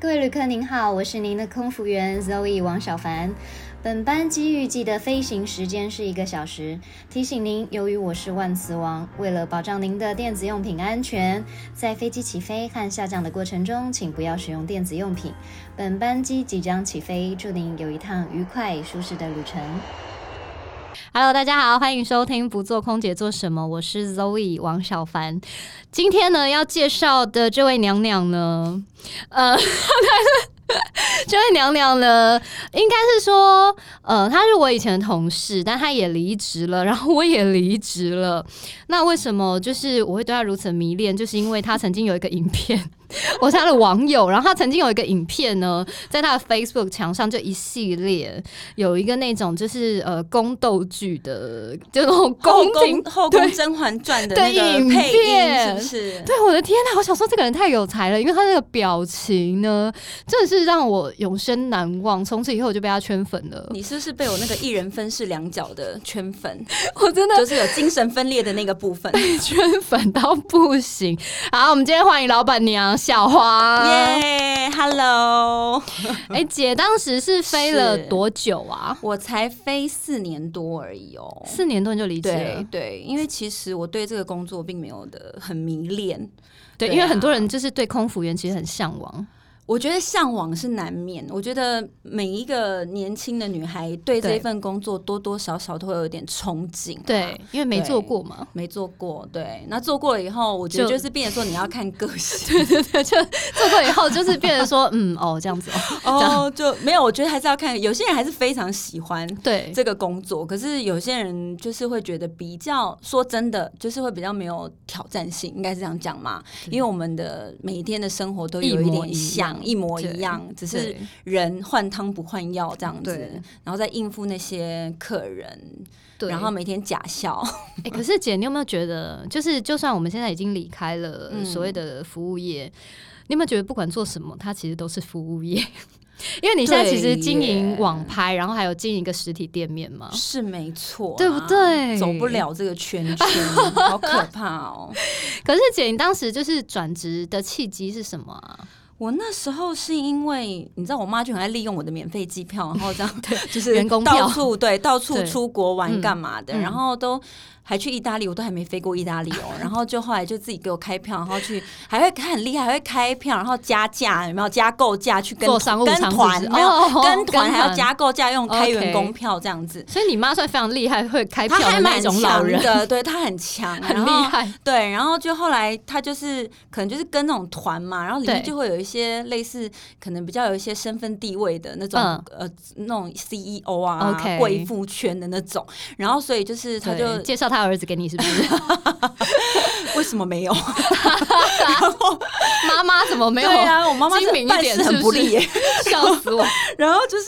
各位旅客您好，我是您的空服员 Zoe 王小凡。本班机预计的飞行时间是一个小时。提醒您，由于我是万磁王，为了保障您的电子用品安全，在飞机起飞和下降的过程中，请不要使用电子用品。本班机即将起飞，祝您有一趟愉快舒适的旅程。Hello，大家好，欢迎收听《不做空姐做什么》，我是 Zoe 王小凡。今天呢，要介绍的这位娘娘呢，呃， 这位娘娘呢，应该是说，呃，她是我以前的同事，但她也离职了，然后我也离职了。那为什么就是我会对她如此迷恋？就是因为她曾经有一个影片， 我是她的网友，然后她曾经有一个影片呢，在她的 Facebook 墙上就一系列有一个那种就是呃宫斗剧的，就那种后宫廷宫后宫《甄嬛传》的那对个影配音是片不是？对，我的天呐！我想说这个人太有才了，因为他那个表情呢，真的是让我永生难忘。从此以后我就被他圈粉了，你是不是被我那个一人分饰两角的圈粉，我 真的就是有精神分裂的那个部 分？耶、圈粉到不行。好，我们今天欢迎老板娘小花。哎、 h e l l o 姐当时是飞了是多久啊？我才飞四年多而已哦。四年多你就离职对了，对，因为其实我对这个工作并没有的很迷恋，对，对啊因为很多人就是对空服员其实很向往，我觉得向往是难免。我觉得每一个年轻的女孩对这对份工作多多少少都会有一点憧憬、啊对，，因为没做过嘛，没做过，对，那做过了以后，我觉得就就是变成说你要看个性做过以后就是变成说，嗯，哦，这样子哦，哦，就没有，我觉得还是要看，有些人还是非常喜欢 对，这个工作，可是有些人就是会觉得比较，说真的，就是会比较没有挑战性，应该是这样讲嘛，因为我们的每一天的生活都有一模一点样像，一模对一样，只是对人换汤不换药这样子对，然后再应付那些客人，对，然后每天假笑， 欸可是姐，你有没有觉得，就是就算我们现在已经离开了嗯所谓的服务业，你有没有觉得不管做什么，它其实都是服务业？ 因为你现在其实经对营耶网拍，然后还有经营一个实体店面嘛。是没错啊，对不对走不了这个圈圈， 好可怕哦！可是姐，你当时就是转职的契机是什么啊？我那时候是因为你知道，我妈就很爱利用我的免费机票，然后 这样就是员工票到处对到处对出国玩干嘛的，嗯嗯然后都还去意大利，我都还没飞过意大利 哦。然后就后来就自己给我开票，然后去还会还很厉害，还会开票，然后加价有没有加购价去跟做商务跟舱团是不是没有哦跟团还要跟团加购价用开 OK 员工票这样子。所以你妈算非常厉害，会开他票还的那蛮种老强人，的，对他很强， 很然厉后害。对，然后就后来他就是可能就是跟那种团嘛，然后里对面就会有一些类似可能比较有一些身份地位的那种、嗯呃那种 CEO 啊 OK 贵妇圈的那种，然后所以就是他就对介绍他儿子给你，是不是？ 为什么没有？然后妈妈怎么没有？对啊，我妈妈精这明一办点事是很不不是利耶， 笑死我！然后就是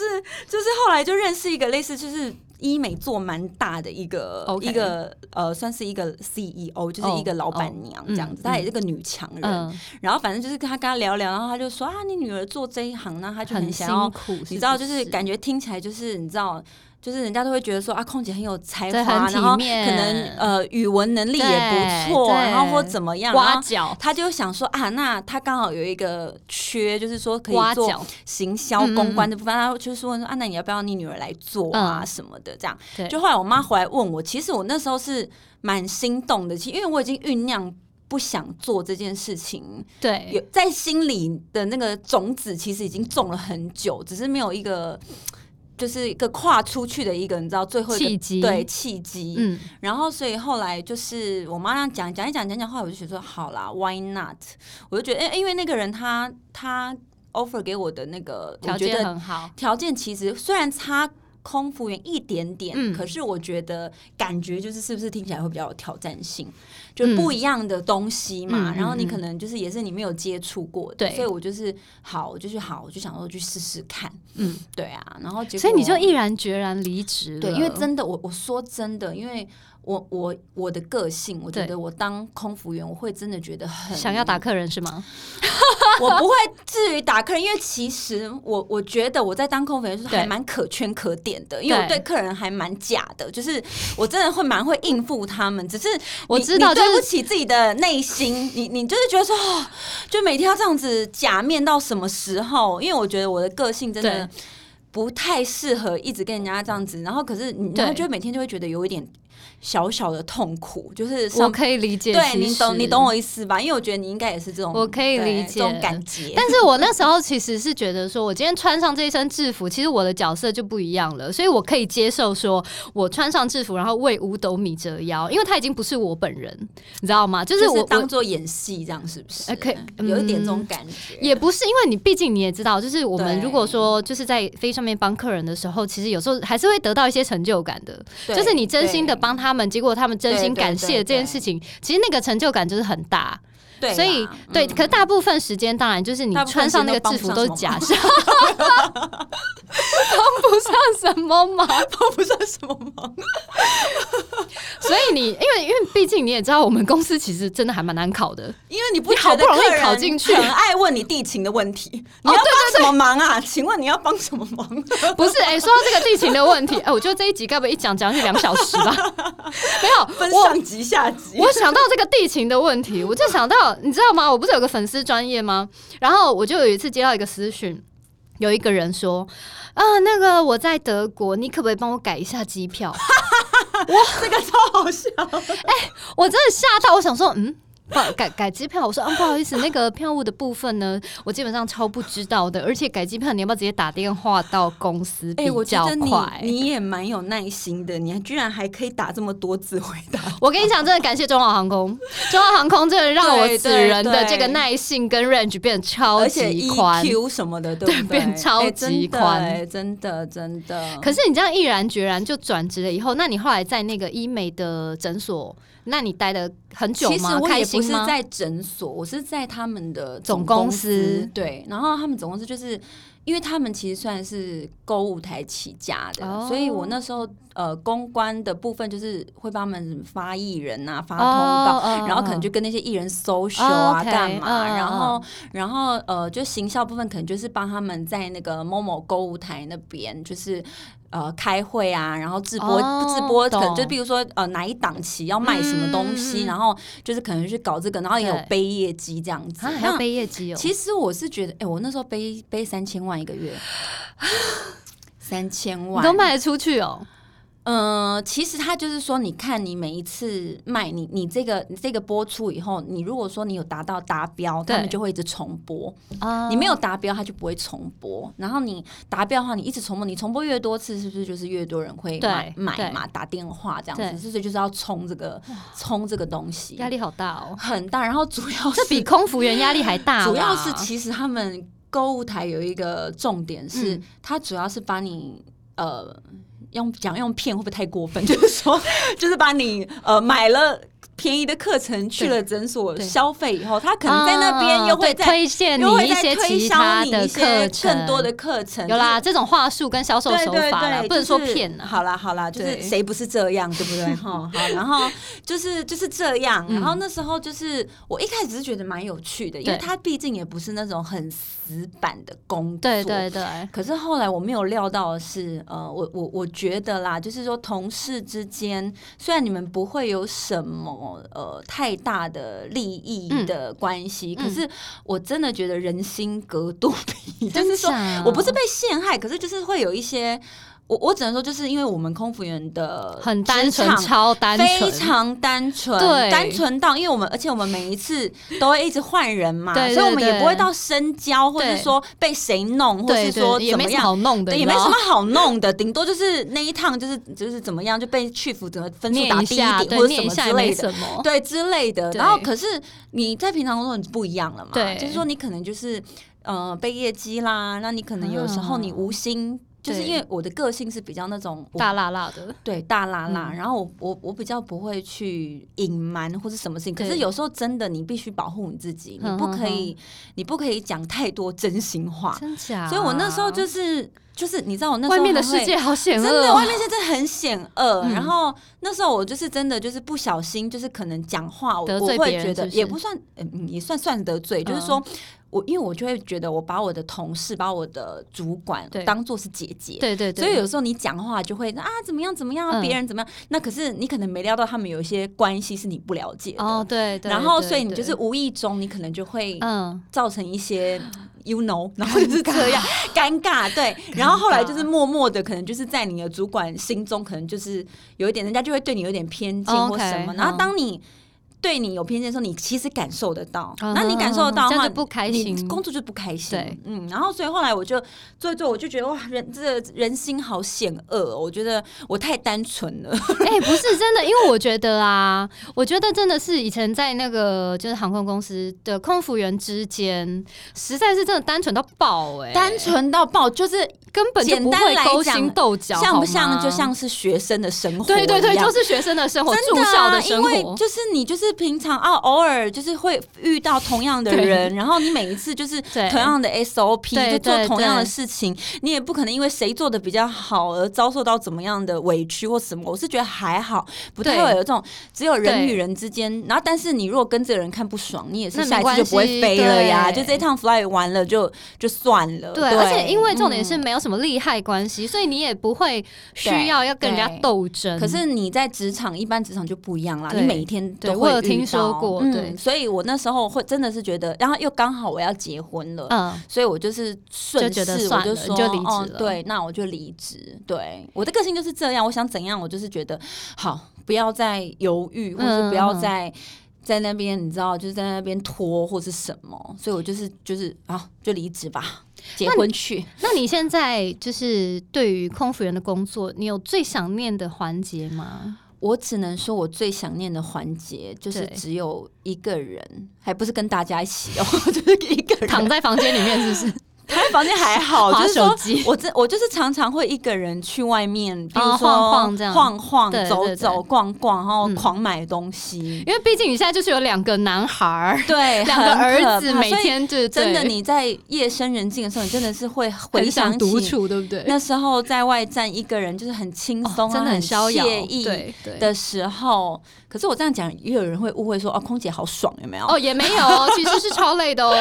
就是后来就认识一个类似就是。医美做蛮大的一个 OK 一个呃，算是一个 CEO，就是一个哦老板哦娘嗯这样子，她也是个女强人，嗯，然后反正就是跟他跟他聊聊，然后他就说啊，你女儿做这一行呢，他就很想辛要，苦，你知道，不就是感觉听起来就是你知道。就是人家都会觉得说啊，空姐很有才对华，很体然后可面能呃语文能力也不对错，对然后或怎么样，然挖后角，他就想说啊，那他刚好有一个缺，就是说可挖以做角，行销嗯嗯公关嗯的部分，他就是问说啊，那你要不要你女儿来做啊嗯什么的这样。对，就后来我妈回来问我，其实我那时候是蛮心动的，其实因为我已经酝酿不想做这件事情，对，有在心里的那个种子其实已经种了很久，只是没有一个就是一个跨出去的一个你知道最后一个契机对契机。嗯，然后所以后来就是我妈这样讲讲一讲讲一讲，后来我就觉得说好啦，Why not？我就觉得，哎、因为那个人他他 offer 给我的那个，条我觉件得很好，条件其实虽然差。空服员一点点，嗯可是我觉得感觉就是是不是听起来会比较有挑战性，就嗯不一样的东西嘛。嗯嗯然后你可嗯能就是也是你没有接触过的，对所以我就是好，我就去好，我就想说去试试看，嗯，对啊。然后结果，所以你就毅然决然离职了，对，因为真的，我我说真的，因为我我我的个性，我觉得我当空服员，我会真的觉得很想要打客人是吗？ 我不会至于打客人，因为其实我我觉得我在当空服员是还蛮可圈可点的，因为我对客人还蛮假的，就是我真的会蛮会应付他们。只是，我知道、就是对不起自己的内心，你你就是觉得说， 哦，就每天要这样子假面到什么时候？因为我觉得我的个性真的不太适合一直跟人家这样子，然后可是你然后就每天就会觉得有一点。小小的痛苦，就是我可以理解，对你懂你懂我意思吧？因为我觉得你应该也是这种，我可以理解这种感觉。但是我那时候其实是觉得说，我今天穿上这一身制服，其实我的角色就不一样了，所以我可以接受说我穿上制服，然后为五斗米折腰，因为他已经不是我本人，你知道吗？就是我、就是、呃当做演戏这样，是不是？可以、嗯、有一点这种感觉，也不是因为你毕竟你也知道，就是我们如果说就是在飞上面帮客人的时候，其实有时候还是会得到一些成就感的，就是你真心的帮他。他们结果，他们真心感谢这件事情，對對對其实那个成就感就是很大。对，嗯所以 对，啊嗯可大部分时间当然就是你穿上那个制服都是假象，帮不上什么忙，帮不上什么忙。所以你，因为因为毕竟你也知道，我们公司其实真的还蛮难考 的，因为你不好不容易考进去，哦很爱问你地勤的问 题，你要帮什么忙啊？哦、對對對请问你要帮什么忙？不是，哎、欸，说到这个地勤的问题，哎、欸，我觉得这一集该不会一讲讲去两小时 吧？没有，分上集下集我。我想到这个地勤的问题，我就想到。你知道吗？我不是有个粉丝专业吗？然后我就有一次接到一个私讯，有一个人说：“啊、呃，那个我在德国，你可不可以帮我改一下机票？”我这个超好笑！哎、欸， 我真的吓到，我想说，嗯。不改改机票，我说啊不好意思，那个票务的部分呢，我基本上超不知道的。而且改机票，你要不要直接打电话到公司比较哎快？欸、你,你也蛮有耐心的，你居然还可以打这么多字回答。我跟你讲，真的感谢中华航空，中华航空真的让我此人的这个耐性跟 range 变得超级宽，EQ E 什么的对，变超级宽、欸，真的真的。可是你这样毅然决然就转职了以后，那你后来在那个医美的诊所，那你待的很久吗？开心。我是在诊所，我是在他们的总公司，对。然后他们总公司就是，因为他们其实算是购物台起家的，oh. 哦所以我那时候呃公关的部分就是会帮他们发艺人啊，发通哦告，oh, oh, 然后可啊嗯能就跟那些艺人 social 啊干嘛，然后然后呃就行销部分可能就是帮他们在那个某某购物台那边就是。呃，开会啊，然后直播、哦、直播，可能就比如说呃哪一档期要卖什么东西，嗯、然后就是可能去搞这个，然后也有背业绩这样子，还有背业绩哦。其实我是觉得，哎、欸，我那时候背背三千万一 个月，三千万都卖得出去哦。呃，其实他就是说，你看你每一次卖你你这个这个播出以后，你如果说你有达到达标，他们就会一直重播。哦、嗯你没有达标，他就不会重播。然后你达标的话，你一直重播，你重播越多次，是不是就是越多人会买买嘛？打电话这样子，所以就是要冲这个冲这个东西，压力好大哦，很大。然后主要这比空服员压力还大，主要是其实他们购物台有一个重点是，嗯、它主要是把你呃。用讲用骗会不会太过分？ 就是说，就是把你呃买了便宜的课程去了诊所消费以后，他可能在那边又会、哦、推荐你一些其他的课程，更多的课程。有啦，这种话术跟销售手法啦，對對對不能说骗啊啦、就是。好啦好啦，就是谁不是这样，对不 对？哈好，然后就是就是这样。嗯然后那时候就是我一开始是觉得蛮有趣的，因为他毕竟也不是那种很。死板的工作，对对对。可是后来我没有料到的是，呃，我我我觉得啦，就是说同事之间，虽然你们不会有什么呃太大的利益的关系，嗯、可是我真的觉得人心隔肚皮，嗯、就是说我不是被陷害，可是就是会有一些。我我只能说，就是因为我们空服员的很单纯，超单纯，非常单纯，单纯到因为我们，而且我们每一次都会一直换人嘛，對對對所以我们也不会到深交，或者说被谁弄，或是说怎么样好弄的，也没什么好弄的，顶多就是那一趟就是就是怎么样就被去服，怎么分数打低一点或者什么之类的，对之类的。然后可是你在平常工作你不一样了嘛，就是说你可能就是呃被业绩啦，那你可能有时候你无心。嗯就是因为我的个性是比较那种我大辣辣的，对大拉嗯拉，然后我我我比较不会去隐瞒或是什么事情，可对是有时候真的你必须保护你自己，你哼不哼可以你不可以讲太多真心话，真假？所以我那时候就是就是你知道我那时候外面的还会世界好险恶、嗯真哦，的，外面现在很险恶。然后那时候我就是真的就是不小心，就是可能讲话，我得我罪会别人觉是不得是嗯也不算，嗯，嗯也算算得罪，就是说。我因为我就会觉得我把我的同事、把我的主管对当做是姐姐，对对对，所以有时候你讲话就会啊怎么样怎么样，嗯别人怎么样，那可是你可能没料到他们有一些关系是你不了解的，哦对对，然后对所以你对就是无意中你可能就会嗯，造成 一些 you know，然后就是这样尴尬，对。然后后来就是默默的，可能就是在你的主管心中，可能就是有一点，人家就会对你有点偏见或 OK，什么。然嗯后当你对你有偏见的时候，你其实感受得到，嗯那你感受得到这的样话，就不开你心工作就不开心。对，嗯。然后所以后来我就做一做，我就觉得哇，人这人心好险恶哦，我觉得我太单纯了。哎、不是真的，因为我觉得啊，我觉得真的是以前在那个就是航空公司的空服员之间，实在是真的单纯到爆哎、纯到爆，就是根本就不会勾心斗角，像不好像吗就像是学生的生活一对样。对对，就是学生的生活，真住的啊校的生因为活，就是你就是平常啊，偶尔就是会遇到同样的人，然后你每一次就是对同样的 SOP，对就做对同样的对事情，你也不可能因为谁做的比较好而遭受到怎么样的委屈或什么。我是觉得还好，不太对会有这种只有对人与人之间。然后，但是你如果跟这个人看不爽，你也是那没下一次就不关会系飞了呀，对就这趟 fly 完了就就算了。对，而且因为重嗯点是没有什么利害关系，所以你也不会对需要要跟人对家斗争。可是你在职场，一般职场就不一样啦，嗯对你每一天都对会我有遇听说到过嗯对所以我那时候会真的是觉得，然后又刚好我要结婚了。嗯，所以我就是顺势，就觉得我算就了说，你就离职哦了对，那我就离职。对，我的个性就是这样，我想怎样，我就是觉得好，不要再犹豫，或者嗯不要嗯嗯再在那边，你知道，就是在那边拖或是什么。所以我就是就是啊，就离职吧，结那你婚去。那你现在就是对于空服员的工作，你有最想念的环节吗？我只能说，我最想念的环节就是对只有一个人，还不是跟大家一起哦， 就是一个人躺在房间里面 是不是？躺在房间还好，划 就是手说。机。我这我就是常常会一个人去外面，比如哦说晃晃这样晃晃对走对对走逛逛，然后嗯狂买 东西。因为毕竟你现在就是有两个男孩儿，对，两个很儿子，可怕每所以天就是真的对你在夜深人静的时候，你真的是会回很想想独起处，对不对？那时候在外站一个人就是很轻哦松啊，真的很逍遥，惬意，对对。的时候，可是我这样讲，也有人会误会说哦，空姐好爽，有没有？哦，，也没有 哦，其实是超累的哦。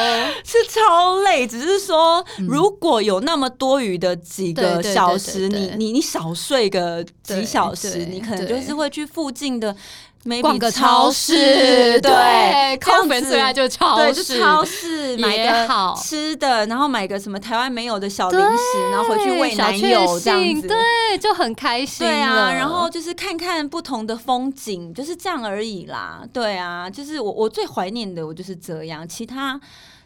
是超累，只是说、如果有那么多余的几个对对小时，对对对你你你少睡个几对小时，对你可能对就是会去附近的 maybe 逛个超市，对对，，这样空粉子虽然就超对，就市，超市买也个好吃的，然后买个什么台湾没有的小零食，然后回去对喂哎小男确友这样幸子，对，就很开心了。对啊，然后就是看看不同的风景，就是这样而已啦。对啊，就是我我最怀念的，我就是这样，其他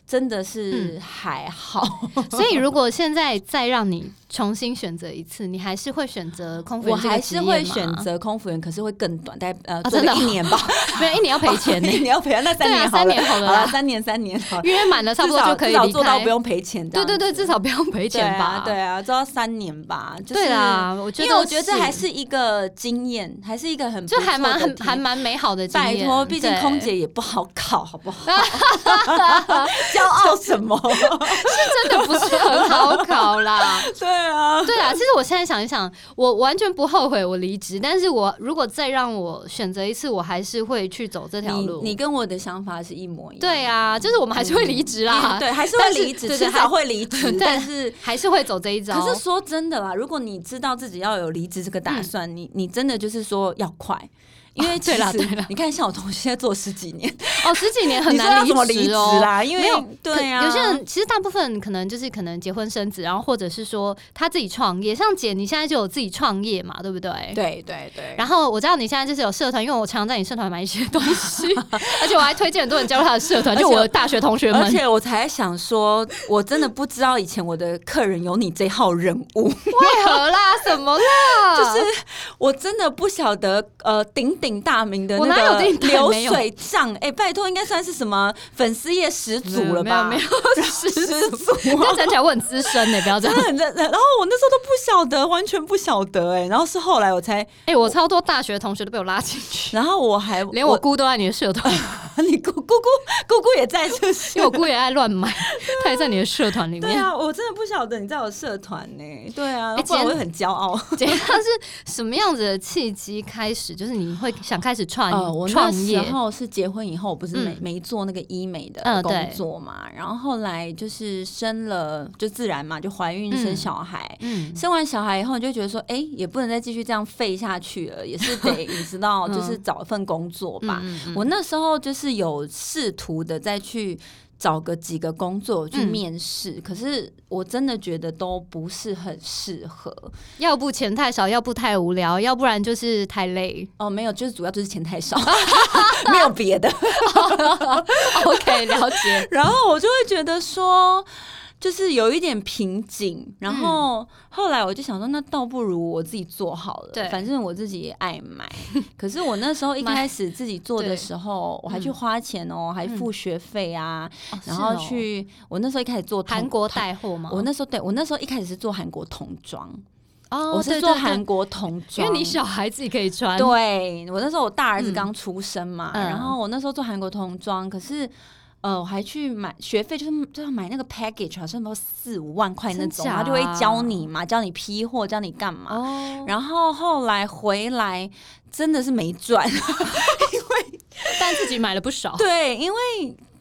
真的是还好。 所以如果现在再让你重新选择一次，你还是会选择空服我员这个还职是业吗？会选择空服员，可是会更短，大概呃，啊做真的个一年吧，没有，因为你要赔钱呢， 你要赔啊，那三对啊年好了，三年好了啦啦三年三年好了，约满了差不多至少就可以至少离做到开不。用赔钱这对样子。对对，至少不用赔对钱吧啊，？对啊，做到三年吧。就是、对啦，我觉因得为我觉得这还是一个经验，还是一个很就还蛮很很还蛮美好的经拜验。托，毕竟对空姐也不好考，好不好？ 骄傲什么？真的不是 很好考啦。对啊，对啊，其实我现在想一想，我完全不后悔我离职，但是我如果再让我选择一次，我还是会去走这条你路。你跟我的想法是一模一样。对啊，就是我们还是会离职啦，嗯对，还是但会是离职，对迟对早会离职，对但是。还是会走这一招。可是说真的啦，如果你知道自己要有离职这个打算，你你真的就是说要快，因为哦其对实、啦对啦你看像我同学现在做十几年，哦，十几年很你说要难怎么离职职哦。啦？因为没有对啊，可有些人其实大部分可能就是可能结婚生子，然后或者是说他自己创业，像姐你现在就有自己创业嘛，对不对？对对对，然后我知道你现在就是有社团，因为我常常在你社团买一些东 西，而且我还推荐很多人加入他的社团，而且就我我的大学同学而们。且我才想说，我真的不知道以前我的客人有你这号人物， 为何啦？什么 啦？就是我真的不晓得，呃，鼎鼎大名的我那哪有个鼎鼎大流名没有水账，哎、拜托，应该算是什么粉丝业始祖了吧？没有没有始诉我。这讲起来我很资深欸呢、不要这 样。很认真，然后我那时候都不晓得，完全不晓得哎、然后是后来我才，哎、我超多大学同学都被我拉进去，然后我还连我姑都在你的社团，你姑姑姑姑姑也在，这是 因为我姑也爱乱买，她也在你的社团里 对面。啊，我真的不晓得你在我社团呢、对啊，哎不今然天我会很骄傲。姐，她是什么样子的契机开始？就是你会想开始创呃，我那啊创时业？候是结婚以后，我不是嗯没、没做那个医美的嗯对工作嘛，然后后来就是生了，就自然嘛，就怀孕嗯生小孩。嗯，生完小孩以后，你就觉得说，哎、也不能再继续这样废下去了，也是 得你知道，就是找一份工作吧。嗯嗯嗯我那时候就是有试图的再去找个几个工作去嗯面试，可是我真的觉得都不是很适合。要不钱太少，要不太无聊，要不然就是太 累。哦，没有，就是主要就是钱太少， 没有别的。 OK，了解。然后我就会觉得说，就是有一点瓶颈。然嗯后后来我就想说，那倒不如我自己做好了，对反正我自己也爱买。 可是我那时候一买开始自己做对的时候，我还去嗯花钱哦，还付学费啊，哦然后是哦去、我那时候一开始做童韩国童带货吗？我那时候对我那时候一开始是做韩国童装，哦，我是对做对对韩国童因装，为你小孩自己可以穿。对我那时候我大儿子啊嗯刚出生嘛，嗯然后我那时候做韩国童装，可是。呃，我还去买学费，就是就要买那个 package，好像都四五万块那真种，假啊他就会教你嘛，教你批货，教你干嘛。哦，然后后来回来真的是没 赚，但自己买了不少。对，因为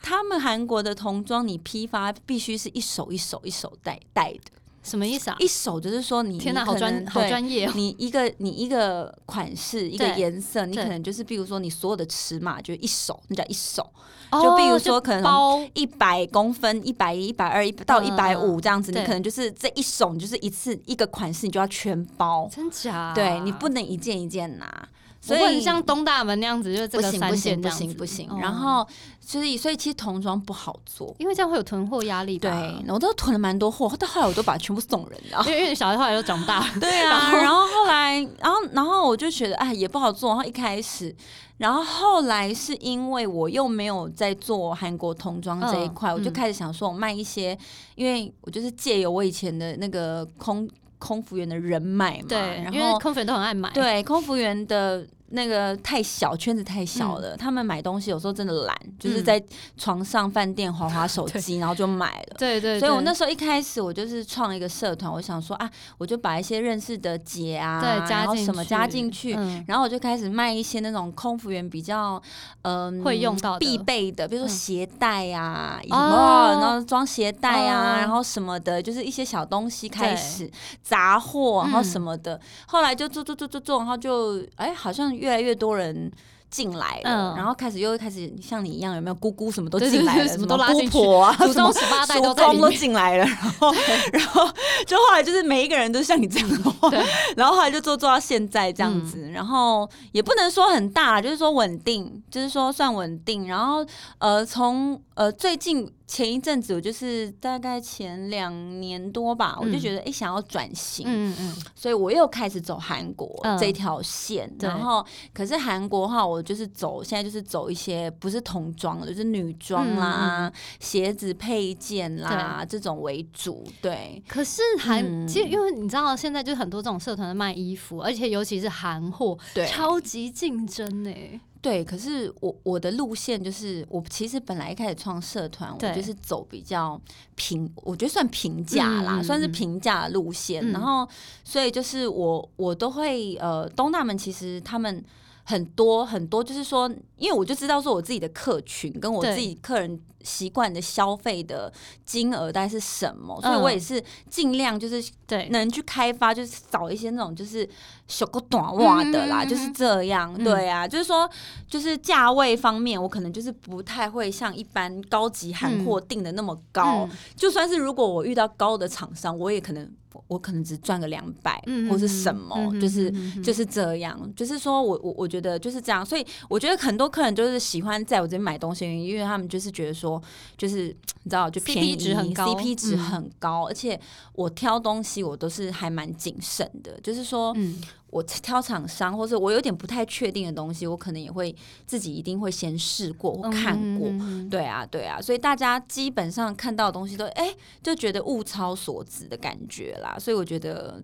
他们韩国的童装你批发必须是一手一手一手带带的，什么意思啊？一手就是说你天哪，哪，好专好对专业哦。你一个你一个款式一个对颜色，你对可能就是比如说你所有的尺码就一手，那叫一手，就比如说哦可能包一百公分、一百一、一百二、一到嗯一百五这样子，你对可能就是这一手你就是一次一个款式你就要全包，真假？对你不，能一件一件拿，所所以以啊像东大门那样子，就是这不个行三不件行这不样行子不行哦，然后所以所以其实童装不好做。因为这样会有囤货压力吧？对，我都囤了蛮多货，到后来我都把它全部送人了。因为因为你小孩后来都长大了，对啊，然后后来，然后然后我就觉得，哎，也不好做。然后一开始，然后后来是因为我又没有在做韩国童装这一块，嗯我就嗯开始想说，我卖一些，因为我就是借由我以前的那个空空服员的人脉嘛，对，然因为后空服员都很爱买，，对空服员的。那个太小，圈子太小了。他们买东西有时候真的懒，就是嗯在床上、饭店划划手机，然后就买了。对对，所以我那对时候一开始我就是创一个社团，我想说啊，我就把一些认识的姐啊，对加然后进什么去加进去。嗯然后我就开始卖一些那种空服员比较，嗯、会用到的嗯必备的，比如说鞋带啊，什哦么，然后装鞋带啊，哦然后什么的，就是一些小东西开对始杂货，然后嗯什么的。后来就做做做做做，然后就哎，好像越来越多人进来了，嗯然后开始又开始像你一样，有没有姑姑什么都对对进来对了，什么都拉姑进去婆啊，祖什宗么十八代叔都在里公都面，进来了，然 后然后就后来就是每一个人都像你这样的话对， 嗯然后后来就做做到现在这样子，然后也不能说很大，就是说稳定，就是说算稳定。然后呃，从呃最近前一阵子，我就是大概前两年多吧，嗯我就觉得哎、诶想要转型，嗯嗯所以我又开始走韩国嗯这条线，对然后可是韩国的话，我就是走现在就是走一些不是童装的，就是女装嗯啦、鞋子配件啦这种为主，对。可是韩，嗯其实因为你知道，现在就是很多这种社团在卖衣服，而且尤其是韩货，对超级竞争呢、对，可是我我的路线就是，我其实本来一开始创社团，对我就是走比较平，我觉得算平价啦，嗯嗯算是嗯平价的路线。嗯然后，所以就是我我都会呃，东大门其实他们很多很多，就是说，因为我就知道说我自己的客群跟我对自己客人习惯的消费的金额大概是什么，所以嗯我也是尽量就是对，能去开发，就是找一些那种就是小个短袜的啦，嗯嗯嗯嗯就是这样，嗯对啊，就是说，就是价位方面，我可能就是不太会像一般高级韩货定的那么高。嗯就算是如果我遇到高的厂商，我也可能我我可能只赚个两百嗯或是什么，嗯就是嗯嗯嗯就是这样，就是说我我我觉得就是这样，所以我觉得很多客人就是喜欢在我这边买东西，因为他们就是觉得说，就是你知道，就便宜 CP 值很高嗯，CP 值很高，而且我挑东西我都是还蛮谨慎的，就是说，嗯，我挑厂商，或是我有点不太确定的东西，我可能也会自己一定会先试过或看过。嗯，对啊，对啊，所以大家基本上看到的东西都哎、就觉得物超所值的感觉啦。所以我觉得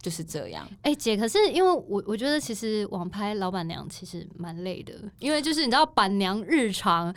就是这样。哎、姐，可是因为我我觉得其实网拍老板娘其实蛮累的，因为就是你知道板娘日常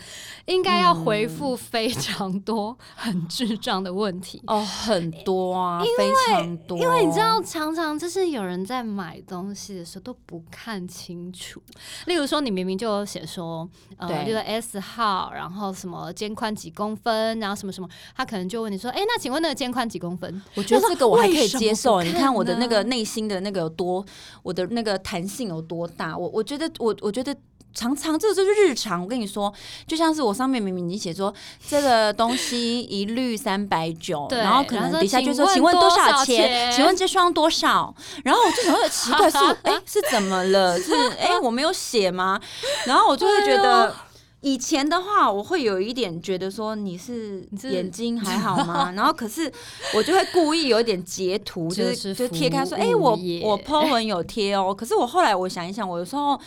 应该要回嗯复非常多很智障的问 题，哦，很多啊，非常多。哦因因为你知道，常常就是有人在买东西的时候都不看清楚，例如说你明明就有写说，呃，对例如 S 号，然后什么肩宽几公分，然后什么什么，他可能就问你说，哎、那请问那个肩宽几公分？我觉得这个我还可以接受。为什么不看你呢看我的那个内心的那个有多，我的那个弹性有多大？我我觉得我我觉得。常常这个就是日常，我跟你说，就像是我上面明明你写说这个东西一律三百九，对然后可然后能说底下就说请请问问多多少少钱钱？请问这双多少？然后我就想说奇怪，是 我哎、是怎么了？是哎、我没有写吗？然后我就会觉哎得。以前的话，我会有一点觉得说你是你是眼睛还好 吗？然后可是我就会故意有一点截图，就就是是就服贴开说，务哎、我业我 po 文有贴哦。可是我后来我想一想，我有时候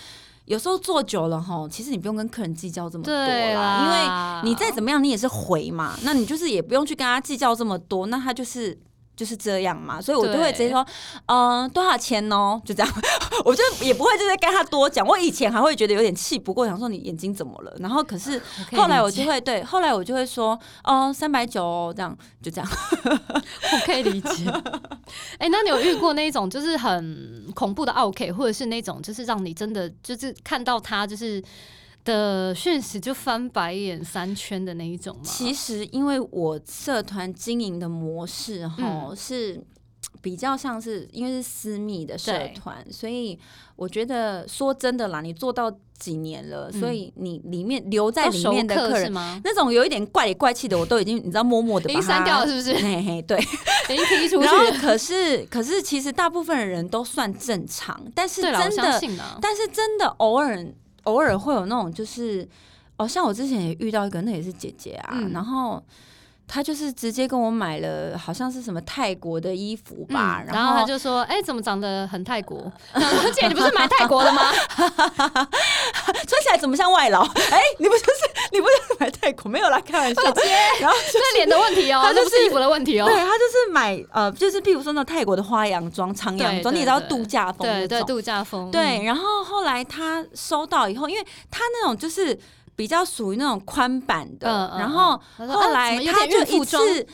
有时候做久了哈，其实你不用跟客人计较这么多对啦，因为啦，你再怎么样，你也是回嘛，那你就是也不用去跟他计较这么多，那他就是。就是这样嘛，所以我就会直接说，嗯、多少钱哦？就这样， 我就也不会就是跟他多讲。我以前还会觉得有点气不过，想说你眼睛怎么了？然后可是可以后来我理解就会对，后来我就会说，哦，三百九哦，这样就这样。我可以理解。哎、那你有遇过那一种就是很恐怖的 OK，或者是那种就是让你真的就是看到他就是的讯息就翻白眼三圈的那一种吗？其实因为我社团经营的模式哈、嗯是。比较像是因为是私密的社对团，所以我觉得说真的啦，你做到几年了，所以你里面留在都里嗯熟面的客客是人，吗？那种有一点怪里怪气的，我都已经你知道默默的已经删掉了，是不是？ 嘿嘿，对。已经踢出去然后了。可是可是其实大部分的人都算正常，但是对了，我真相的信呢。但是真的偶尔偶尔会有那种就是，哦，像我之前也遇到一个，那也是姐姐啊，嗯然后。她就是直接跟我买了，好像是什么泰国的衣服吧，嗯然 然后后他就说：“哎、怎么长得很泰国？然后我说姐，你不是买泰国的吗？穿起来怎么像外劳？ 哎、你不就是你不是买泰国？没有啦，开玩 笑。然后就这脸的问题哦、 他就这不是是衣服的问题哦、对他就是买呃，就是譬如说那泰国的花洋装、长洋对装，对你也知道对度假风那对对，种度假风。对，然后后来他收到以后，因为他那种就是比较属于那种宽版的，嗯，嗯，然后嗯他说后啊来怎么有他点就孕妇一装次，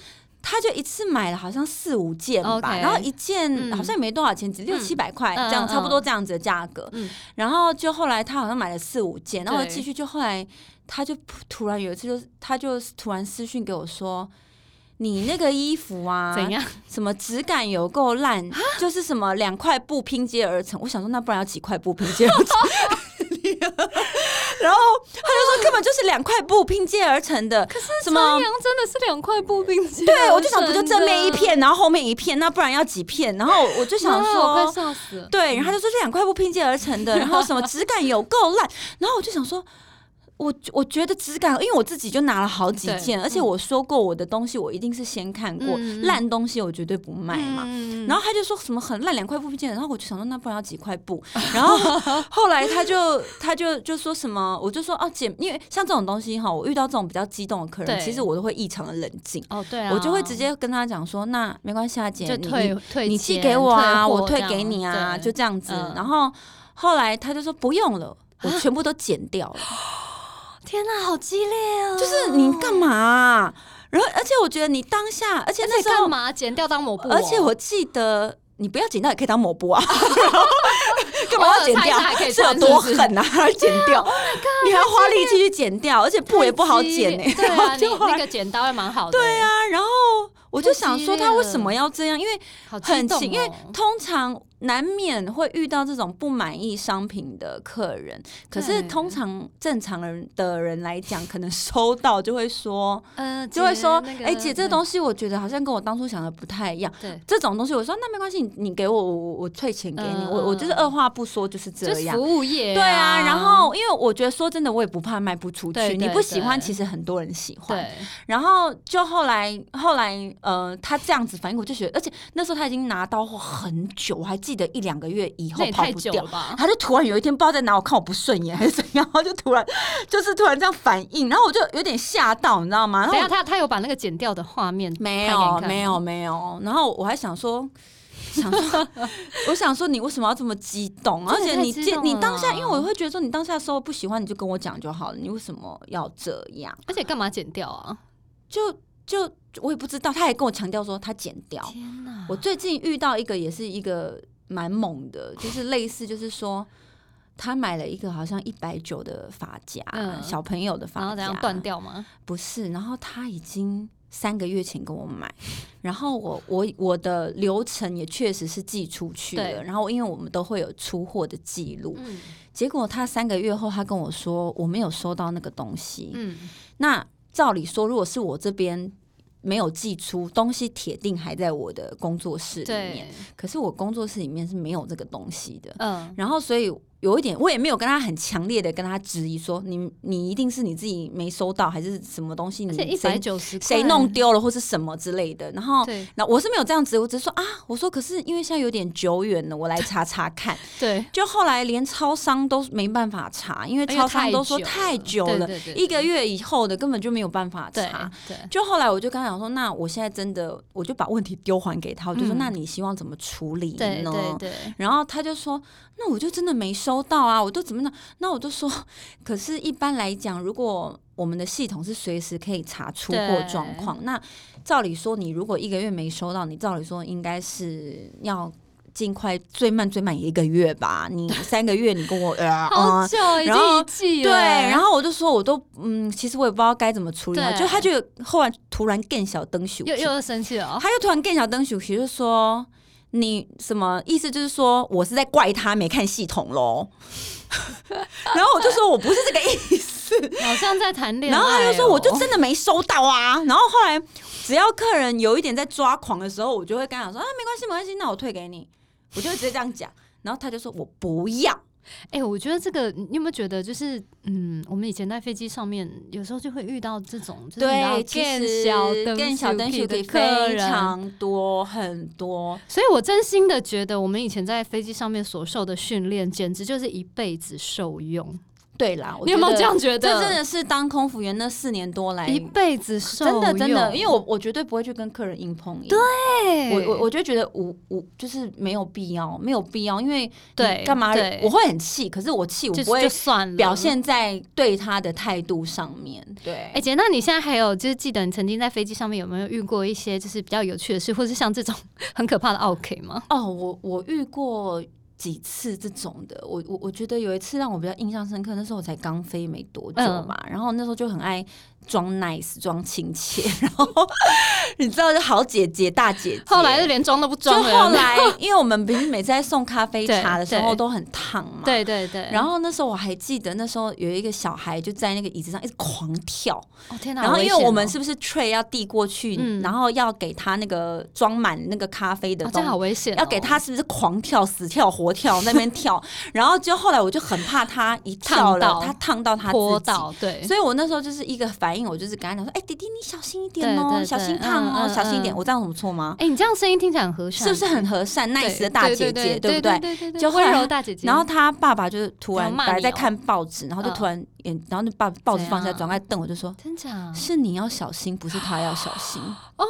他就一次买了好像四五件吧 OK 然后一件嗯好像也没多少钱，只六嗯七百块嗯这样，嗯差不多这样子的价格。嗯然后就后来他好像买了四五件，然后我对继续就后来他就突然有一次就是他就突然私讯给我说。你那个衣服啊，怎样？什么质感有够烂，啊就是什么两块布拼接而成。我想说，那不然要几块布拼接而成？ 然后他就说，根本就是两块布拼接而成的。可是什么张？扬真的是两块步兵机，啊对，啊我就想不就正面一片，然后后面一片，那不然要几片？然后我就真的，想啊我说快，笑死了。对，然后他就说这两块布拼接而成 的，然后什么质感有够烂，然后我就想说。我我觉得质感，因为我自己就拿了好几对件，而且嗯我说过我的东西我一定是先看过，嗯烂东西我绝对不卖嘛。嗯然后他就说什么很烂，两块布不见了，然后我就想说那不然要几块布， 然后后来他就他就就说什么，我就说哦姐，因为像这种东西哈，我遇到这种比较激动的客人，对其实我都会异常的冷静，哦，对啊，我就会直接跟他讲说，那没关系啊姐，就你退退，你寄给我啊，我退给你啊，就就这样子嗯。啊然后后来他就说不用了。我全部都剪掉 了，天哪，好激烈啊！就是你干嘛啊、然后，而且我觉得你当下，而且而那且时候干嘛剪掉当抹布哦？而且我记得你不要剪掉也可以当抹 布啊，干嘛要剪偶尔擦一掉？下还可以是穿有多是不是 Oh 狠啊？还剪掉，你还要花力气去剪掉，而且布也不好剪呢、太激烈欸对啊，你就后来那个剪刀也蛮好的，对对啊，啊，然后我就想说他为什么要这样？因为好激很动奇，因为哦通常难免会遇到这种不满意商品的客人，可是对通常正常人的人来讲，可能收到就会说，呃，就会姐说，那哎、个姐，这东西我觉得好像跟我当初想的不太一样。对，这种东西，我说那没关系，你你给我，我我我退钱给你，嗯我我就是二话不说就是这就是样。服务业、对啊，然后因为我觉得说真的，我也不怕卖不出去，对对你不喜欢，对其实很多人喜欢。对，然后就后来后来呃，他这样子反应，我就觉得，而且那时候他已经拿到货很久，我还记得一两个月以后那也跑太不久掉了。吧？他就突然有一天不知道在哪，我看我不顺眼还是怎样，然后就突然就是突然这样反应，然后我就有点吓到，你知道吗？然后等一我下，他他有把那个剪掉的画面没拍给你有看没有吗，没有，然后我还想说。想说， 我想说，你为什么要这么激动？而这也且太你激见动你了当下，啦因为我会觉得说，你当下说不喜欢，你就跟我讲就好了。你为什么要这样？而且干嘛剪掉啊？就就我也不知道。他还跟我强调说他剪掉。天哪！我最近遇到一个也是一个蛮猛的，就是类似，就是说他买了一个好像一百九的发夹，嗯小朋友的然发后夹，怎样断掉吗？不是，然后他已经三个月前跟我买， 然后我我我的流程也确实是寄出去了，对然后因为我们都会有出货的记录，嗯结果他三个月后他跟我说我没有收到那个东西，嗯，那照理说如果是我这边。没有寄出东西，铁定还在我的工作室里面。对，可是我工作室里面是没有这个东西的，嗯，然后所以有一点，我也没有跟他很强烈的跟他质疑说，你你一定是你自己没收到还是什么东西，而且你一百谁九十，谁弄？丢了或是什么之类的。然后，对那我是没有这样子，我只是说啊，我说可是因为现在有点久远了，我来查查 看。对，就后来连超商都没办法查，因为因为超商都说哎太太久久了了对对对，对一个月以后的根本就没有办法对查。对，就后来我就跟他讲说，那我现在真的，我就把问题丢还给他，我就说，嗯那你希望怎么处理呢？对对对，然后他就说：“那我就真的没收到啊，我都怎么呢？”那我就说：“ 可是，一般来讲，如果我们的系统是随时可以查出货对状况，那照理说，你如果一个月没收到，你照理说应该是要尽快，最慢最慢也一个月吧。 你三个月，你跟我呃好哦呃久已然经后一季对，了，然后我就说，我都嗯，其实我也不知道该怎么处理好。对就他就后来突然更小灯熊又又生气了哦，他就突然更小灯熊皮，就说你什么意思？就是说我是在怪他没看系统喽。 然后我就说我不是这个意思，好像在谈恋爱然哦，后他就说我就真的没收到啊。然后后来只要客人有一点在抓狂的时候，我就会跟他讲说啊，没关系没关系，那我退给你，我就会直接这样讲。然后他就说我不要，哎、我觉得这个，你有没有觉得就是，嗯，我们以前在飞机上面，有时候就会遇到这种，就是你知道其实更小灯更小灯数可以的客非人，常多很多，所以我真心的觉得，我们以前在飞机上面所受的训练，简直就是一辈子受用。对啦，我你有没有觉这得样觉这真得？的是当空服员那四年多来一辈子受真用，的真的，因为我我绝对不会去跟客人硬碰硬。对，对我我我就觉得无无就是没有必要，没有必要，因为对你干嘛对？我会很气，可是我气我就不会就算了表。现在对他的态度上面。对，哎、姐，那你现在还有就是记得你曾经在飞机上面有没有遇过一些就是比较有趣的事，或是像这种很可怕的 OK 吗？哦，我我遇过几次这种的，我我我觉得有一次让我比较印象深刻，那时候我才刚飞没多久嗯嘛，然后那时候就很爱装 nice 装亲切， 然后你知道，就好姐姐大姐姐，后来就连装都不就装了。后 来，因为我们不是每次在送咖啡茶的时对候对都很烫嘛。。对对对，然后那时候我还记得，那时候有一个小孩就在那个椅子上一直狂跳，哦天哪！然后好危因为险我们哦是不是 tray 要递过去，嗯然后要给他那个装满那个咖啡的哦，这东样西，好危险哦、要给他是不是狂跳、死跳、活跳那 边跳，然后就后来我就很怕他一跳烫到了，他烫到他泼自己，到，对，所以我那时候就是一个反应，我就是跟他讲说：“哎，弟弟你小心一对点哦，对小对心烫哦，嗯嗯小心一点。”嗯我这样有什么错吗？哎、你这样声音听起来很和善，是不是很和善、对 nice 的大姐姐，对对不对？对对对就后来温柔大姐姐，然后他爸爸就是突他然骂本你哦嗯来在看报纸，然后就突然眼，然后就把报纸放下，怎样啊转过来瞪我，就说真假是你要小心，不是他要小心。 ？Oh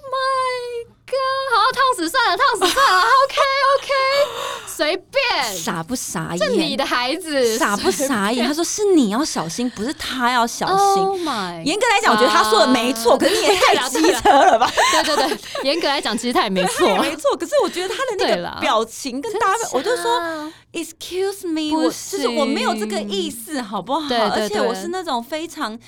my god！好，烫死算了，烫死 算了，OK OK，随便，傻不傻哎这你眼？的孩子，傻不傻眼？他说是你要小心，不是他要小心。 ？Oh my！严格来讲，我觉得他说的没错，啊可是你也太机对啦车了吧？对对 对，严格来讲，其实他也没错他也。 没错，可是我觉得他的那对啦个表情跟搭啊配，我就说说， Excuse me，不我就是我没有这个意思，好不好？对对而且对我是那种非常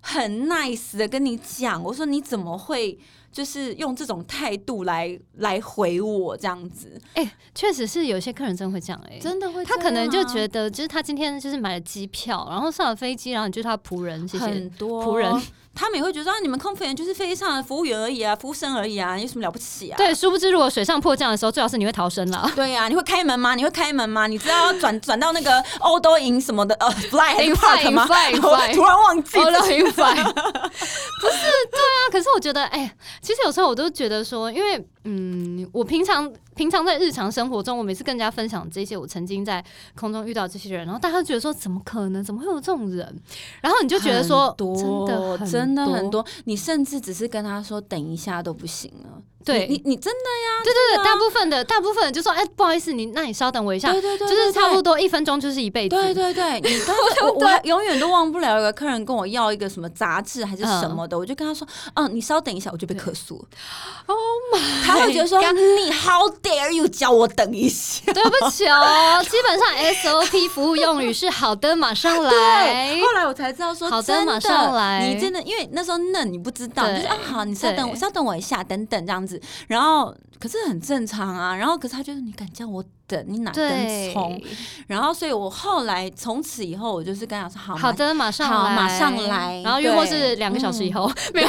很 nice 的跟你讲，我说你怎么会就是用这种态度来来回我这样子，哎、确实是有些客人真会这样哎、真的会啊他可能就觉得。得，就是他今天就是买了机票，然后上了飞机，然后你就是他仆人，谢谢。很多仆人，他们也会觉得啊，你们空服员就是飞机上的服务员而已啊，服务生而已啊，有什么了不起啊？对，殊不知如果水上迫降的时候，最好是你会逃生啦。对呀、你会开门吗？你会开门吗？你知道要转转到那个欧都营什么的呃 fly 哎还是 park 吗？ Infly，Infly， 我 Infly 突然忘记哦，了六 一百，不 是对啊。可是我觉得，哎、其实有时候我都觉得说，因为嗯，我平常平常在日常生活中，我每次跟人家分享这些我曾经在空中遇到这些人，然后大家都觉得说，怎么可能？怎么会有这种人？然后你就觉得说很，多真的很真的很多，多，你甚至只是跟他说等一下都不行了。对你，你你真的对对对，大部分的大部分的就说，哎、不好意思，你那你稍等我一下，对对对，就是差不多。多一分钟就是一辈子，对对对， 你刚才我我还永远都忘不了有个客人跟我要一个什么杂志还是什么的，我就跟他说，嗯，你稍等一下，我就被客诉了。Oh my！他会 觉得说 God 你 How dare you 叫我等一下？对不起哦，基本上 SOP 服务用语是好的，马上来 对，。哎后来我才知道说，哎好的真的，马上来你真的，因为那时候嫩，你不知道，对你就是啊，好，你稍等，对我稍等我一下，等等这样子。然后，可是很正常啊。然后，可是他就是你敢叫我等，你哪根葱？然后，所以我后来从此以后，我就是跟他说，好，好，的，马上好来，马上来然后约莫是对嗯两个小时以后，没有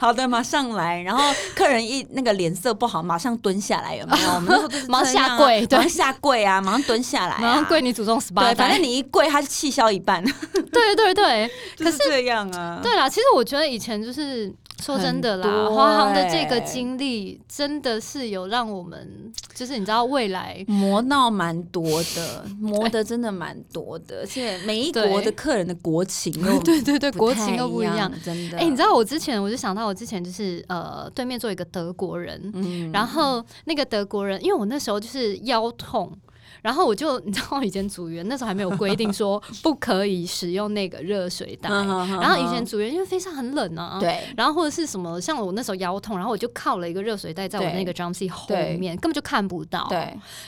好的，马上来。然后客人一那个脸色不好，马上蹲下来，有没有？我们那时候就是马上这样啊下跪对马上下跪啊，马上蹲下来、啊，然后跪。你祖宗十八对，反代正。你一嗯跪，他就气消一 半，对对对可是这样啊。对啦，其实我觉得以前就是说真的很啦，多华航的这欸个经历真的是有让我们，就是你知道未 来磨到蛮多 的，磨的真的蛮多的，而且每一国对的客人的国情又对对对不国太情又不一样。，真的。哎、你知道我之前我就想到我之前就是呃，对面坐一个德国人，嗯，然后那个德国人，因为我那时候就是腰痛。然后我就，你知道，以前组员那时候还没有规定说不可以使用那个热水 袋。嗯哼哼然后以前哼组员因为非常很冷啊，。对然后或者是什么，像我那时候腰痛，然后我就靠了一个热水袋在我对那个 drum seat 后对面，根本就看不到。对，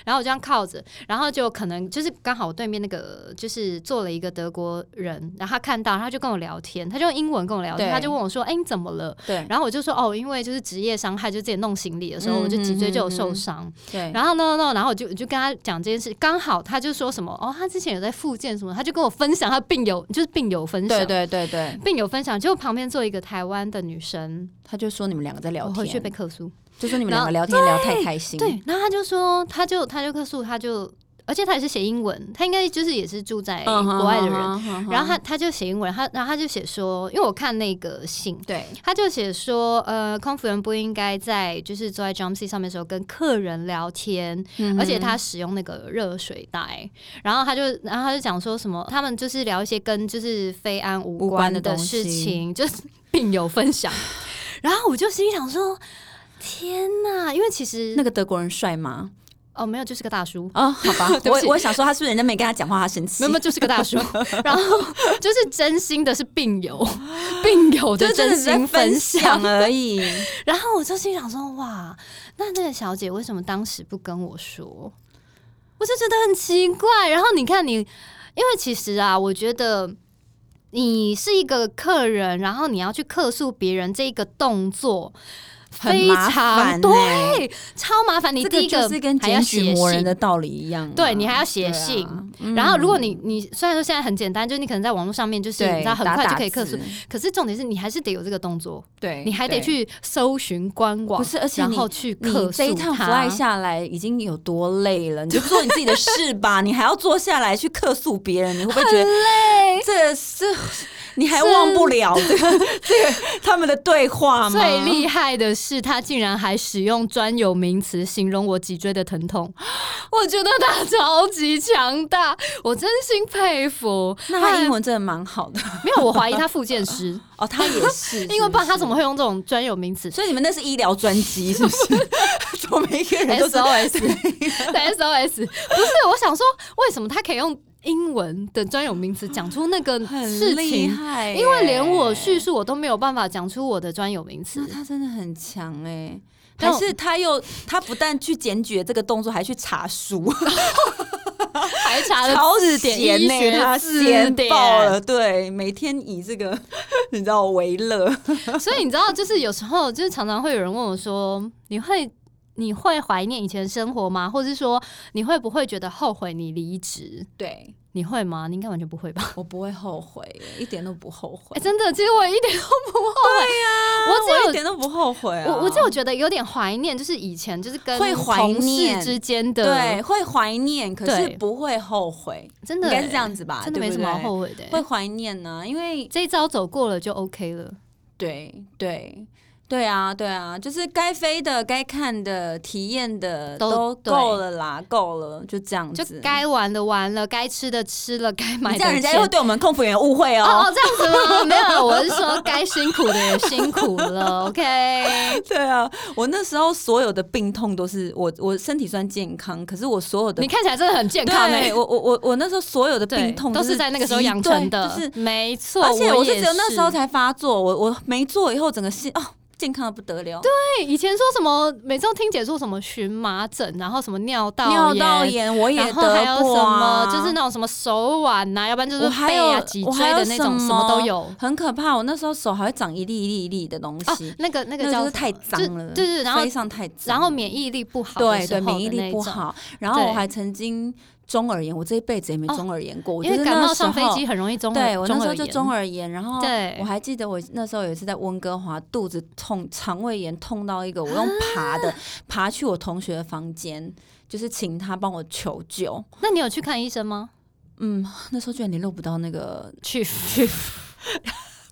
然后我这样靠着，然后就可能就是刚好我对面那个就是坐了一个德国人，然后他看到，他就跟我聊天，他就用英文跟我聊天，对他就问我说：“哎、你怎么了？”对然后我就说：“哦，因为就是职业伤害，就自己弄行李的时候，嗯我就脊椎就有嗯嗯受嗯伤。对，然后 no no no，然后我就我就跟他讲这件事，刚好他就说什么哦，他之前有在复健什么，他就跟我分享他病友就是病友分享，对对对对，病友分享，结果旁边坐一个台湾的女生，他就说你们两个在聊我回去被天，客诉，就说你们然两后个聊天聊太开心，对，然后他就说，他就他就客诉，他就而且他也是写英文，他应该就是也是住在嗯，国外的人，哼，哼然后他他就写英文，他然后他就写说，因为我看那个信，对他就写说，呃，空服员不应该在就是坐在 jump seat 上面的时候跟客人聊天，嗯而且他使用那个热水袋，然后他就，然后他就讲说什么，他们就是聊一些跟就是非安无关无关的的东西事情，就是 病友分享。然后我就心里想说，天呐，因为其实那个德国人帅吗？哦没有，就是个大叔。啊，好吧 ，对不我起我想说他是不是人家没跟他讲话，他生气没有，没有，就是个大 叔，然后就是真心的是病友，病友的就真真的只在心分分享享，而已。然后我就心想说，哇，那那个小姐为什么当时不跟我说？我就觉得很奇怪。然后你看你，因为其实啊，我觉得你是一个客人，然后你要去客诉别人这一个动作。很非麻常烦欸对，超麻烦。你这第一就是跟还要检写举魔人信的道理一样啊，对你还要写对啊信嗯然后，如果你你虽然说现在很简单，就是你可能在网络上面，就是你对，知道很快就可以客诉打打，字可是重点是你还是得有这个动作，对你还得对去搜寻官网，不是而且然你后去你客诉这一趟 fly 他下来已经有多累了，你就做你自己的事吧， 你还要坐下来去客诉别人，你会不会觉得累？这是你还忘不了这 个这个他们的对话吗？最厉害的是，他竟然还使用专有名词形容我脊椎的疼痛，我觉得他超级强大，我真心佩服。那他英文真的蛮好的没有，我怀疑他复健师，哦，他也 是，因为不然他怎么会？会用这种专有名词？所以你们那是医疗专机是不 是？ 怎么每一个人都是 SOS 对 SOS 不是，我想说，为什么他可以用英文的专有名词讲出那个事 很厉情？害耶，因为连我叙述我都没有办法讲出我的专有名词那，他真的很强哎、但还我是他又他不但去检举这个动作，还去查书，还查了超字典、闲医呢、他学字闲爆了， 典，对，每天以这个 你知道为乐，所以你知道，就是有时候就是常常会有人问我说，你会。你会怀念以前的生活吗？或者是说，你会不会觉得后悔你离职？对你会吗？你应该完全不会吧？我不会后悔，一点都不后悔哎、，真的，其实我一点都不后 悔。我只有我一点都不后悔、啊，我我就觉得有点怀念，就是以前就是跟会怀同念事之间的，对，会怀念，可是对不会后悔，真应的该是欸这样子吧？真的对没什不么好对后悔的欸、会怀念呢、因为这一招走过了就 OK 了。对对对啊，对啊，就是该飞的、该看的、体验的都对够了啦，够了，就这样就子。该玩的玩了，该吃的吃了，该买你的这样，人家钱会对我们空服员误会哦哦。哦这样子吗？没有，我是说该辛苦的也辛苦 了，OK。 对啊，我那时候所有的病痛都是我，我身体算健康，可是我所有的你看起来真的很健康哎、对我我我我那时候所有的对，病痛都是是在那个时候极养成对的，就是没错。而且我是也只有那时候才发作，我我没做以后，整个心哦健康的不得了，对，对以前说什么，每次都听姐说什么荨麻疹，然后什么尿道尿道炎炎我也然得后还有过什么啊，，就是那种什么手腕呐、要不然就我是还背有啊、脊我椎还有的那种，什什么么都有。很可怕。我那时候手还会长一粒一粒一粒的东啊西，，那个那那个个叫什就是么太脏了，对对，然后非常太脏，然后免疫力不好的对时对候免疫的那力不种。好。然后我对还曾经中耳炎，我这一辈子也没哦中耳炎过，我因觉为得感那冒时上飞候机很容易中耳，对我那时候就炎中耳炎，然后对我还记得我那时候有一次在温哥华，肚子痛，肠胃炎痛到一个，我用爬啊的、爬去我同学的房间，就是请他帮我求救。那你有去看医生吗？嗯，那时候居然联络不到那个去去，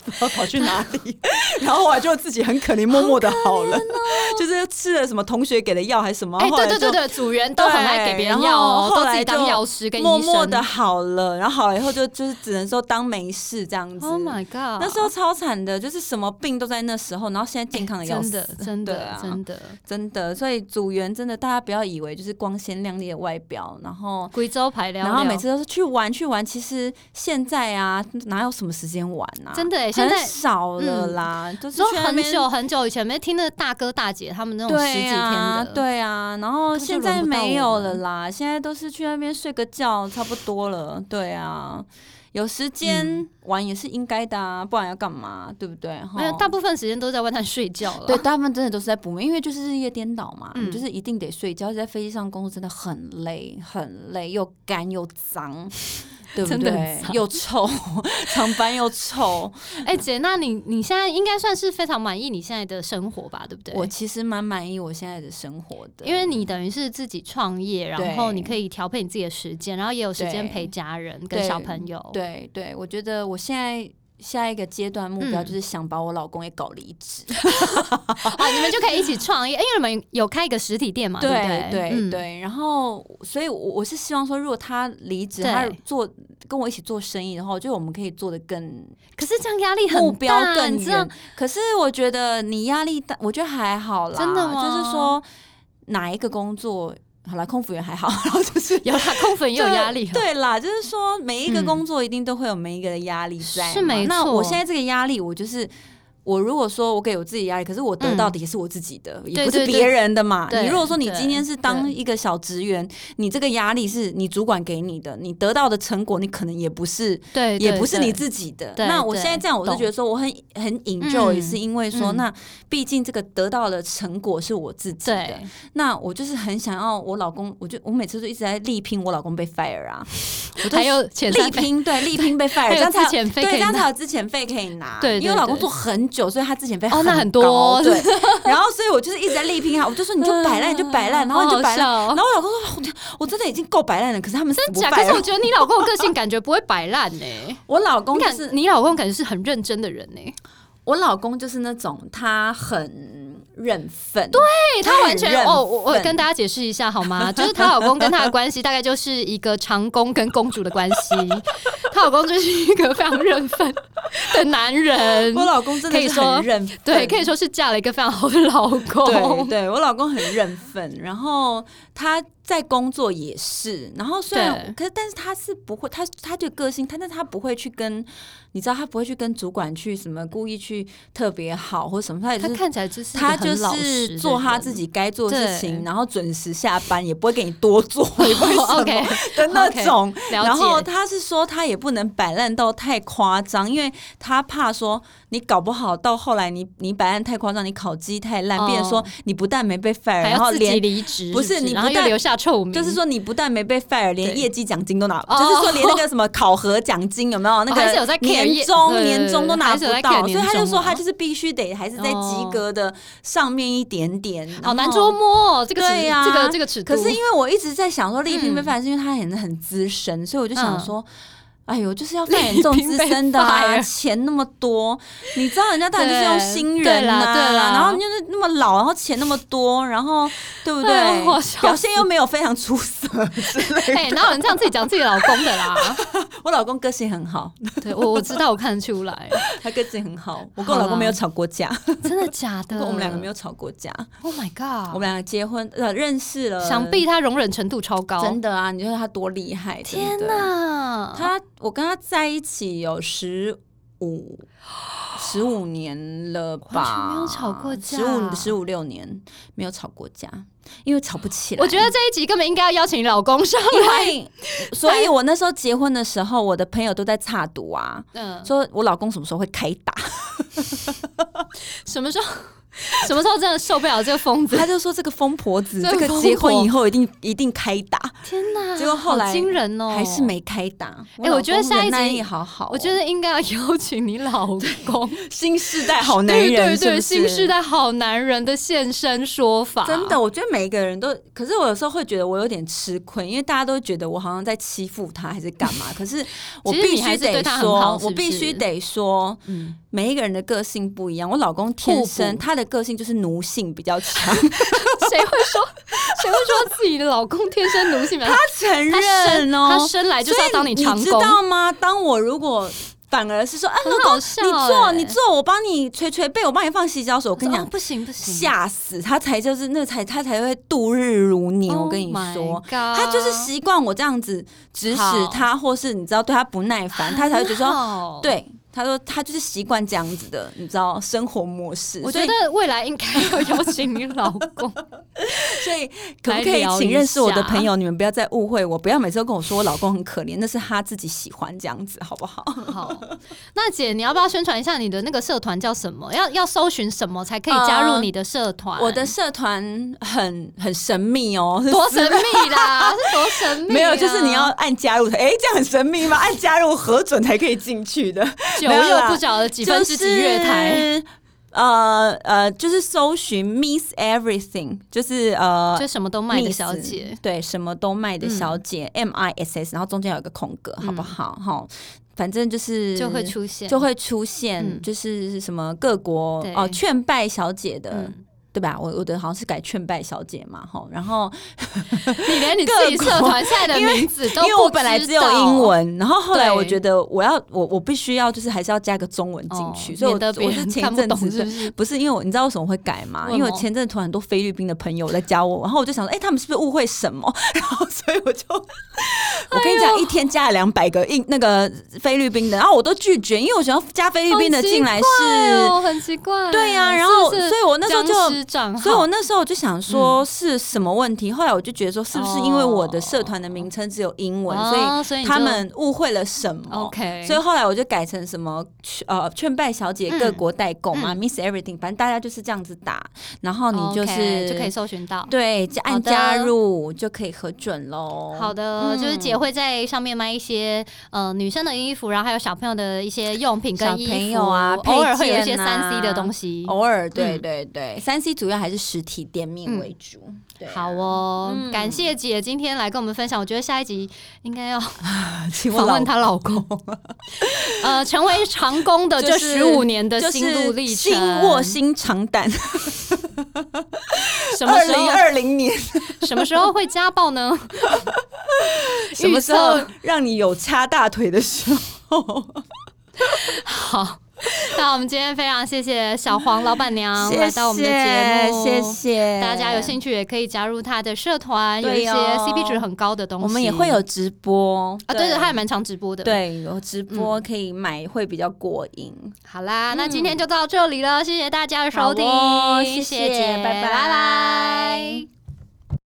不知道跑去哪里， 然后我就自己很可怜，默默的好了， 就是吃了什么同学给的药还是什么，哦哎，后来对对就对对，组员都很爱给别人药哦，对然后后都来自己当就药师跟医默生。默的好了，然后好了以后就就是只能说当没事这样子。 ，Oh my god！那时候超惨的，就是什么病都在那时候，然后现在健康的要真死，的真对的啊真的，真的。所以组员真的，大家不要以为就是光鲜亮丽的外表，然后贵州排聊，然后每次都是去玩去玩，其实现在啊，哪有什么时间玩啊？真的欸现很在嗯少了啦，就是说去那很边久很久以前，没听那个大哥大姐他们那种十几对天啊的，，对啊，然后根本就现轮在不到没我有们了啦，现在都是去那边睡个觉，差不多了。对啊，有时间嗯玩也是应该的啊，不然要干嘛？对不对？没有齁哎大部分时间都在外滩睡觉了。啊对，大部分真的都是在补眠，因为就是日夜颠倒嘛，嗯你就是一定得睡觉。在飞机上工作真的很累，很累，又干又 脏，对不真的很对？脏又臭， 长班又 臭。哎、姐，那你你现在应该算是非常满意你现在的生活吧，对不对？我其实蛮满意我现在的生活的，因为你等于是自己创业，然后你可以调配你自己的时间，然后也有时间对陪家人跟对小朋友。对对，我觉得我现在。下一个阶段目标嗯就是想把我老公也搞离职，啊，你们就可以一起创业，因为你们有开一个实体店 嘛，不对对？对嗯对。然后，所以我我是希望说，如果他离职，对他做跟我一起做生意的话，就我们可以做的更可是这样压力很大，目标更你知道远。可是我觉得你压力大，我觉得还好啦。真的吗就是说哪一个工作，好啦，空服员还好， 然后就是有啦，空粉也有就压力、哦。对啦，就是说每一个嗯工作一定都会有每一个的压力在嘛。是没那错我现在这个压力，我就是。我如果说我给我自己压力，可是我得到的也是我自己的，嗯也对不是对对别人的嘛。对你如果说你对今天是当对一个小职员，你这个压力是你主管给你的，你得到的成果你可能也不是对，也对不是对你自己的。对那我现在这样，我是懂觉得说我很很 enjoy，、嗯是因为说，嗯那毕竟这个得到的成果是我自己的。对，那我就是很想要我老公，我就我每次都一直在力拼我老公被 fire 啊，我都还有前力三杯，拼对力拼被 fire，还这有样才之有前飞对可这以样拿才有之前费可以拿。对对因为我老公对做很久，所以他之前费哦那很多高哦 对。然后所以我就是一直在力拼啊他，我就说你就摆烂，你就摆烂，然后你就摆烂。烂然后我老公说，我我真的已经够摆烂了，可是他们死不假，可摆哦是我烂。觉得你老公的个性感觉不会摆烂呢。 我老公你就感是你老公感觉是很认真的人呢、我老公就是那种他很认份，对他他很完全认哦，我我份跟大家解释一下好吗？ 就是她老公跟她的关系大概就是一个长工跟公主的关系，她老公就是一个非常认份，的男人。我老公真的可以是说很认对，可以说说是嫁了一个非常好的老对公。 对，我老公很认份，然后他在工作也是，然后虽然对可是但是他是不会，他他的个性，他但他不会去跟你知道他不会去跟主管去什么故意去特别好或什么，他也他是。看起来就是一个他就很老实的是做他人自己该做的事情，对然后准时下班，也不会给你多做，也不会什哦 么，OK，的那 OK，种。了解。然后他是说，他也不能摆烂到太夸张，因为他怕说你搞不好到后来你你摆烂太夸张，你烤鸡太烂，哦变成说你不但没被 fire，还然后要自己连离职，不是是你然后不又但留下臭名，就是说你不但没被 fire，连对业绩奖金都拿，哦就是说连那个什么考核奖金有没有那还是有在个 care 年业终对年终都拿还不是有在 care 到，所以他就年终说啊他就是必须得还是在及哦格的上面一点点，好难然后捉摸哦，这个尺对呀这个这个尺度。可是因为我一直在想说，丽萍被嗯 fire 是因为她很很资深，所以我就想嗯说。哎呦，就是要丽 fire 很重萍资被深 的啊， fire 钱那么多，你知道人家当然就是用对 新对人啦呐、对啦然后你就是那么老，然后钱那么多，然后对不对？哎呦我笑表现又没有非常出色之 类的。哎，哪有人这样自己讲自己老公的啦？ 我老公个性很好，对我我知道，我看得出 来，他个性很好，我跟我好老公没啦有吵过架，真的假的？ 我们两个没有吵过架， ，Oh my god！我们两个结婚呃认识了，想必他容忍程度超高，真的啊，你说他多厉害，真天的哪！他，我跟他在一起有十五十五年了吧，完全没有吵过架十五十五六年没有吵过架，因为吵不起来。我觉得。这一集根本应该要邀请你老公上因来。为，所以我那时候结婚的时候，我的朋友都在插赌啊，嗯，说我老公什么时候会开 打，什么时候 什么时候真的受不了这个疯子？他就说这个疯婆子，这这个个结婚以后一定一定开打，天哪！结果后来好惊人哦，还是。没开打。哎我觉得下一集也好好哦，我觉得应该要邀请你老公，新时代好男人对对对，是不新是时代好男人的现身说法，真的，我觉得每一个人都，可是我有时候会觉得我有点吃亏，因为大家都觉得我好像在欺负他还是干 嘛。可是我其实必你还须是对得他很说，好是我不必须是得说，嗯，每一个人的个性不一样。我老公天互生补他的个性就是奴性比较 强，嗯谁会 说谁会说自己的老公天生奴性吗？他承他生认哦，他生来就是要当所以你长知工，道吗？当我如果反而是说，啊，很老好公，笑你坐，欸你坐，我帮你捶捶背，我帮你放洗脚水。我我跟你讲哦、，不行不行，吓死他才就是那才他才会度日如年。我跟你 Oh my 说， God 他就是习惯我这样子指使好他，或是你知道对他不 耐烦，他才会觉得说，好。对，他说他就是习惯这样子的，你知道生活模式。我所以觉得未来应该要邀请你老公，所以可不可来以聊请一认识我的下朋友，你们不要再误会我，不要每次都跟我说我老公很可怜，那是他自己喜欢这样子，好 不好？好。那姐，你要不要宣传一下你的那个社团叫什么？要要搜寻什么才可以加入呃你的社团？我的社团很很神秘哦，是多神秘 啦，是多神秘啊、没有，就是你要按加入，哎、这样很神秘吗？按加入核准才可以进去的。久没有又啦不晓得几分之几月台，就是呃呃，就是搜寻 Miss Everything，就是呃就什么都卖的 Miss，小姐，对，什么都卖的小姐、M 嗯 I S S，然后中间有一个空格，好不好？哈、反正就是就会出现，就会出现，嗯就是什么各国对哦劝败小姐的。嗯对吧？我我的好像是改劝败小姐嘛，哈，然后你连你自己社团现在的名字都因为我本来不只知有道英，文，然后后来对我觉得我要我我必须要就是还是要加个中文进去，哦所以我免得别我是人前看不阵懂子是不是？不是因为我，你知道为什么会改吗？为什么因为我前阵突然很多菲律宾的朋友在加我，然后我就想说，哎、他们是不是误会什么？ 然后所以我就，我跟你哎讲，一天加了两百个印那个菲律宾的，然后我都拒绝，因为我想要加菲律宾的进来是，哦，很奇怪，对呀、是然后不是所以我那时候僵就尸账号所以我那时候我就想嗯说是什么问题，后来我就觉得说是不是因为我的社团的名称只有英文，哦所所以以你他就们误会了什么 OK 所以后来我就改成什么呃劝败小姐各国代购嘛、m i s s Everything，反正大家就是这样子打，然后你就嗯是哦 OK，就可以搜寻到。对加按好的加入就可以核准喽。好的，就是姐嗯会在上面卖一些呃女生的衣服，然后还有小朋友的一些用品小跟衣服朋友啊偶尔会有一些配件啊三 C 的东西。偶尔对嗯对对，三、C 主要还是实体店面嗯为主。对啊好，哦，嗯感谢姐今天来跟我们分享，我觉得下一集应该要 请访问问她老公，呃，成为长工的这就是十五年的就是心路历程，心卧薪尝胆。什么时候零年，什么时候会家暴呢？ 什么时预候测让你有掐大腿的时候？好，那我们今天非常谢谢小黄老板娘谢谢来到我们的节目，谢。谢大家有兴趣也可以加入他的社团，有一对些哦 CP 值很高的东西，我们也会有直播啊，对对，嗯他也蛮常直播的。，对有直播可以买会比较过瘾。好嗯啦，那今天就到这里了，谢谢大家的收听，好哦谢谢谢姐拜拜拜拜